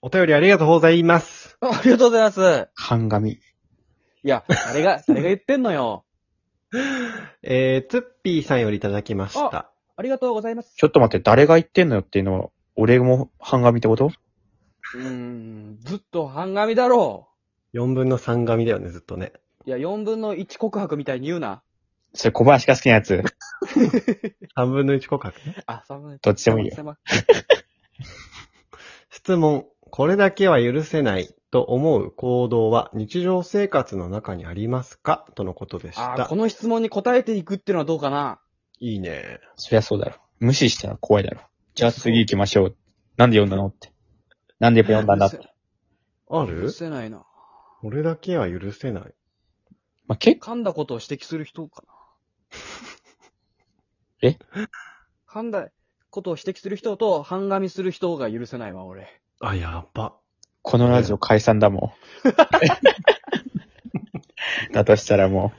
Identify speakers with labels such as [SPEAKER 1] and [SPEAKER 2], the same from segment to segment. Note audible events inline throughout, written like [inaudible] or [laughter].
[SPEAKER 1] お便りありがとうございます。
[SPEAKER 2] [laughs] ありがとうございます。
[SPEAKER 3] 半紙。
[SPEAKER 2] いや、誰が、誰が言ってんのよ。 [laughs]
[SPEAKER 1] えー、ツッピーさんよりいただきました。
[SPEAKER 2] ありがとうございます。
[SPEAKER 3] ちょっと待って、誰が言ってんのよっていうのは、俺も半紙ってこと
[SPEAKER 2] うーん、ずっと半紙だろ
[SPEAKER 1] 4分の3紙だよね、ずっとね。
[SPEAKER 2] う。いや、4分の1告白みたいに言うな。
[SPEAKER 3] それ小林が好きなやつ。
[SPEAKER 1] 3分の1告白ね。
[SPEAKER 2] あ、3分の1。
[SPEAKER 3] どっちでもいいよ。
[SPEAKER 2] よ。
[SPEAKER 1] 質問。これだけは許せないと思う行動は日常生活の中にありますかとのことでし
[SPEAKER 2] あー、
[SPEAKER 1] た
[SPEAKER 2] こ。の質問に答えていくっていうのはどうかな。
[SPEAKER 1] いいね。
[SPEAKER 3] そりゃそうだろ。無視したら怖いだろ。じゃあ次行きましょう。なんで読んだのって。なんで読んだんだって。
[SPEAKER 1] あ
[SPEAKER 2] 許
[SPEAKER 1] る
[SPEAKER 2] せないな。
[SPEAKER 1] これだけは許せない。
[SPEAKER 3] まあ、結構、
[SPEAKER 2] 噛んだことを指摘する人かな。
[SPEAKER 3] [laughs] え
[SPEAKER 2] 噛んだことを指摘する人と、半紙する人が許せないわ、俺。
[SPEAKER 1] あ、やば。
[SPEAKER 3] このラジオ解散だもん。だとしたらもう、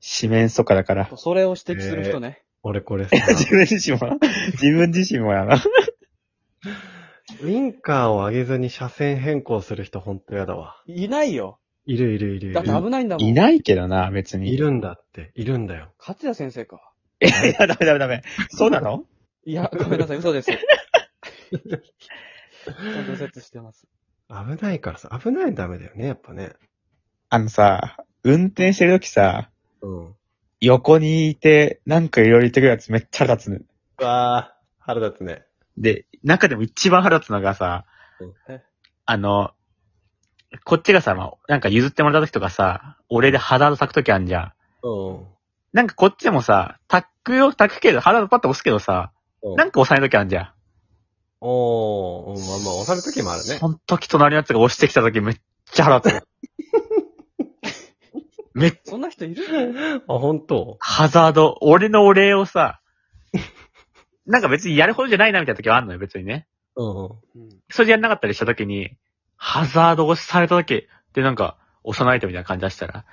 [SPEAKER 3] 四面楚歌だから。
[SPEAKER 2] それを指摘する人ね。
[SPEAKER 1] 俺こ
[SPEAKER 2] [laughs]
[SPEAKER 1] れさ、
[SPEAKER 3] 自分自身も、自分自身もやな。
[SPEAKER 1] ウィンカーを上げずに車線変更する人ほんとやだわ。
[SPEAKER 2] いないよ。
[SPEAKER 1] いるいるいるい
[SPEAKER 2] だって
[SPEAKER 1] る。
[SPEAKER 2] 危ないんだもん。
[SPEAKER 3] いないけどな、別に。
[SPEAKER 1] いるんだって、いるんだよ。
[SPEAKER 2] 勝谷先生か。
[SPEAKER 3] いやいや、ダメダメダメ。そうなの
[SPEAKER 2] いや、ごめんなさい、嘘です。ちゃんと説してます。
[SPEAKER 1] 危ないからさ、危ないのダメだよね、やっぱね。
[SPEAKER 3] あのさ、運転してるときさ、
[SPEAKER 1] うん。
[SPEAKER 3] 横にいて、なんかいろいろ言ってくるやつめっちゃ腹立つ、ね。
[SPEAKER 1] わー、腹立つね。
[SPEAKER 3] で、中でも一番腹立つのがさ
[SPEAKER 2] うんえ、
[SPEAKER 3] あの、こっちがさ、まあなんか譲ってもらったときとかさ、俺でハザード炊くときあんじゃん。
[SPEAKER 1] うん。
[SPEAKER 3] なんかこっちもさ、タックよ、タックけど、ハザードパッと押すけどさ、
[SPEAKER 1] うん
[SPEAKER 3] なんか押さないときあんじゃん。
[SPEAKER 1] おー、うんまあまあ、押される時もあるね。
[SPEAKER 3] その時隣のやつが押してきたときめっちゃ腹立つ。めっ
[SPEAKER 2] そんな人いる
[SPEAKER 1] あ、本当
[SPEAKER 3] ハザード、俺のお礼をさ、なんか別にやるほどじゃないなみたいな時はあんのよ、別にね。
[SPEAKER 1] う
[SPEAKER 2] うん。
[SPEAKER 3] それでやんなかったりした時に、ハザード押しされた時でなんか、押さないとみたいな感じ出したら、
[SPEAKER 1] ん。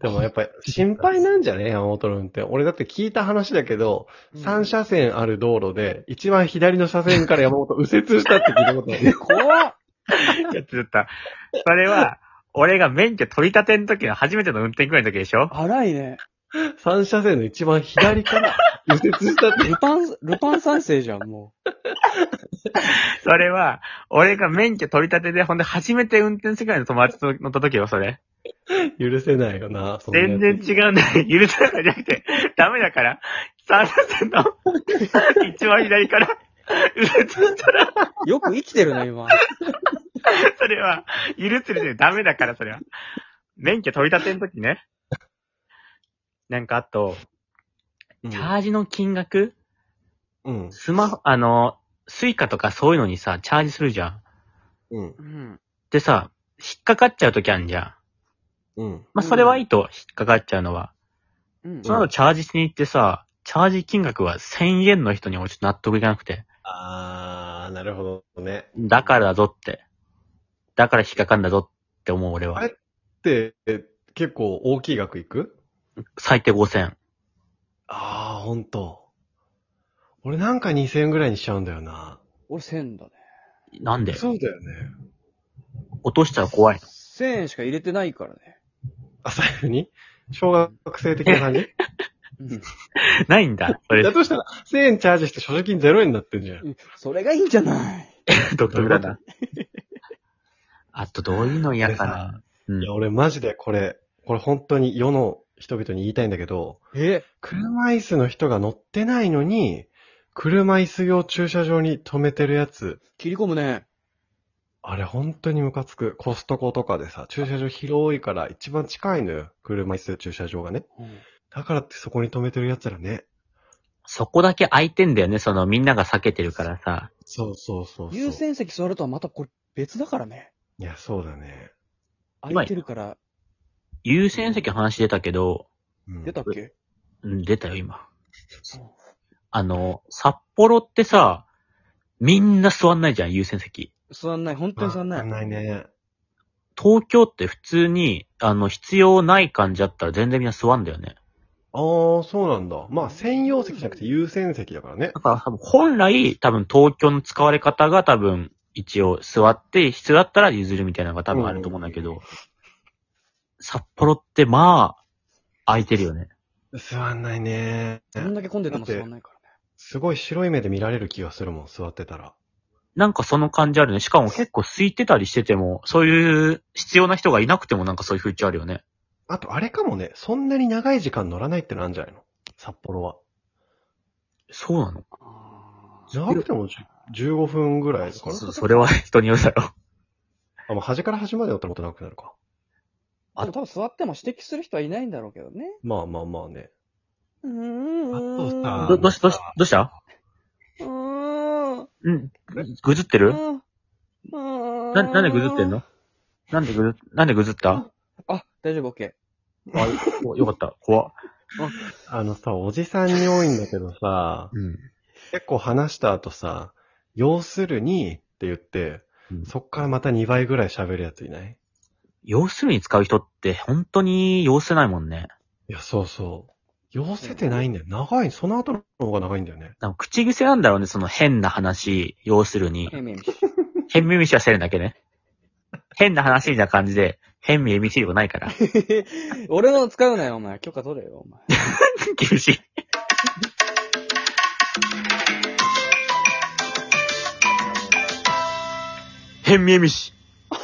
[SPEAKER 1] でもやっぱり心配なんじゃね山本の運転。俺だって聞いた話だけど、3車線ある道路で、一番左の車線から山本右折したって聞いたことある。
[SPEAKER 2] 怖っ
[SPEAKER 3] [laughs] やってた。それは、俺が免許取り立ての時の初めての運転くらいの時でしょ
[SPEAKER 2] 荒いね。
[SPEAKER 1] 3車線の一番左から右折したって。
[SPEAKER 2] ルパン、ルパン三世じゃん、も
[SPEAKER 3] それは、俺が免許取り立てで、ほんで初めて運転するくらいの友達と乗った時よ、それ。
[SPEAKER 1] 許せないよな、そんなやつ
[SPEAKER 3] 全然違うんだよ。許せないじゃなくて、ダメだから、三車線の [laughs] 一番左から、右折したら、
[SPEAKER 2] う。よく生きてるね、今。
[SPEAKER 3] [laughs] それは、許せるじゃダメだから、それは。免許取り立ての時ね。なんかあと、
[SPEAKER 1] うん
[SPEAKER 3] チャージの金額
[SPEAKER 1] うん。
[SPEAKER 3] スマホ、あの、スイカとかそういうのにさ、チャージするじゃん。
[SPEAKER 1] うん。
[SPEAKER 2] うん。
[SPEAKER 3] でさ、引っかかっちゃう時あるじゃん。
[SPEAKER 1] うん。
[SPEAKER 3] まあ、それはいいと、引っかかっちゃうのは。
[SPEAKER 2] うん
[SPEAKER 3] その後チャージしに行ってさ、チャージ金額は1000円の人に俺ちょっと納得いかなくて。
[SPEAKER 1] あー、なるほどね。
[SPEAKER 3] だからだぞって。だから引っかかんだぞって思う俺
[SPEAKER 1] あ
[SPEAKER 3] は
[SPEAKER 1] れ。で、え結構大きい額いく
[SPEAKER 3] 最低5000。
[SPEAKER 1] あー、ほんと。俺なんか2000円ぐらいにしちゃうんだよな。
[SPEAKER 2] 俺1000だね。
[SPEAKER 3] なんで
[SPEAKER 1] そうだよね。
[SPEAKER 3] 落としたら怖いの。
[SPEAKER 2] 1000円しか入れてないからね。
[SPEAKER 1] あ、財布に小学生的な [laughs] 感じ
[SPEAKER 2] うん。
[SPEAKER 3] ないんだ。それ
[SPEAKER 1] だ、としたら、1000円チャージして所持金0円になってんじゃん。
[SPEAKER 2] それがいいんじゃない
[SPEAKER 3] 独特だ
[SPEAKER 1] どういう
[SPEAKER 3] な。 [laughs] あと、どういうの嫌かな。うん
[SPEAKER 1] いや、俺マジでこれ、これ本当に世の人々に言いたいんだけど、
[SPEAKER 2] え
[SPEAKER 1] 車椅子の人が乗ってないのに、車椅子用駐車場に止めてるやつ、
[SPEAKER 2] 切り込むね。
[SPEAKER 1] あれ本当にムカつく。コストコとかでさ、駐車場広いから一番近いのよ。車椅子駐車場がね。
[SPEAKER 2] うん
[SPEAKER 1] だからってそこに止めてる奴らね。
[SPEAKER 3] そこだけ空いてんだよね。その、みんなが避けてるからさ。
[SPEAKER 1] そうそうそうそう。
[SPEAKER 2] 優先席座るとはまたこれ別だからね。
[SPEAKER 1] いや、そうだね。
[SPEAKER 2] 空いてるから、
[SPEAKER 3] 優先席の話出たけど、
[SPEAKER 1] うん
[SPEAKER 2] 出たっけ
[SPEAKER 3] うん、出たよ、今
[SPEAKER 2] そう。
[SPEAKER 3] あの、札幌ってさ、みんな座んないじゃん、優先席。
[SPEAKER 2] 座んない、本当に座んな
[SPEAKER 1] あ
[SPEAKER 2] い。
[SPEAKER 1] ないね。
[SPEAKER 3] 東京って普通に、あの、必要ない感じだったら全然みんな座んだよね。
[SPEAKER 1] あー、そうなんだ。まあ、専用席じゃなくて優先席だからね
[SPEAKER 3] だ。から多分本来、多分東京の使われ方が多分、一応座って、必要だったら譲るみたいなのが多分あると思うんだけど、札幌ってまあ、空いてるよね。
[SPEAKER 1] 座んないね。
[SPEAKER 2] どんだけ混んでても
[SPEAKER 1] だって
[SPEAKER 2] 座んないからね。
[SPEAKER 1] すごい白い目で見られる気がするもん、座ってたら。
[SPEAKER 3] なんかその感じあるね。しかも結構空いてたりしてても、そういう必要な人がいなくてもなんかそういう風潮あるよね。
[SPEAKER 1] あと、あれかもね、そんなに長い時間乗らないってのあるんじゃないの札幌は。
[SPEAKER 3] そうなの
[SPEAKER 1] 長くても15分ぐらいかな
[SPEAKER 3] そそれは人によるだろ
[SPEAKER 1] あ、もう端から端までだったらもっと長くなるか。
[SPEAKER 2] あと多分座っても指摘する人はいないんだろうけどね。
[SPEAKER 1] まあまあまあね。
[SPEAKER 2] うーん。
[SPEAKER 1] あと
[SPEAKER 3] う。
[SPEAKER 1] さ
[SPEAKER 3] ど、どうし、どうし、どうした
[SPEAKER 2] うーん。
[SPEAKER 3] うん。ぐずってるな、
[SPEAKER 2] な
[SPEAKER 3] なんでぐずってんのなんでぐず、なんでぐずった
[SPEAKER 2] あ、大丈夫、オッケ
[SPEAKER 3] あ、よよかった。怖っ
[SPEAKER 1] あのさ、おじさんに多いんだけどさ、
[SPEAKER 3] うん。
[SPEAKER 1] 結構話した後さ、要するにって言って
[SPEAKER 3] うん、
[SPEAKER 1] そっからまた2倍ぐらい喋るやついない
[SPEAKER 3] 要するに使う人って本当に要せないもんね。
[SPEAKER 1] いや、そうそう。要せてないんだよ。長い、その後の方が長いんだよね。
[SPEAKER 3] なんか口癖なんだろうね、その変な話、要するに
[SPEAKER 2] ー。。変耳し。
[SPEAKER 3] 変耳視はしてるんだけどね。変な話みたいな感じで、変耳視力ないから。
[SPEAKER 2] [laughs]
[SPEAKER 3] [laughs]
[SPEAKER 2] 俺の使うなよ、お前。許可取れよ、お前。
[SPEAKER 3] 厳しい。変耳視。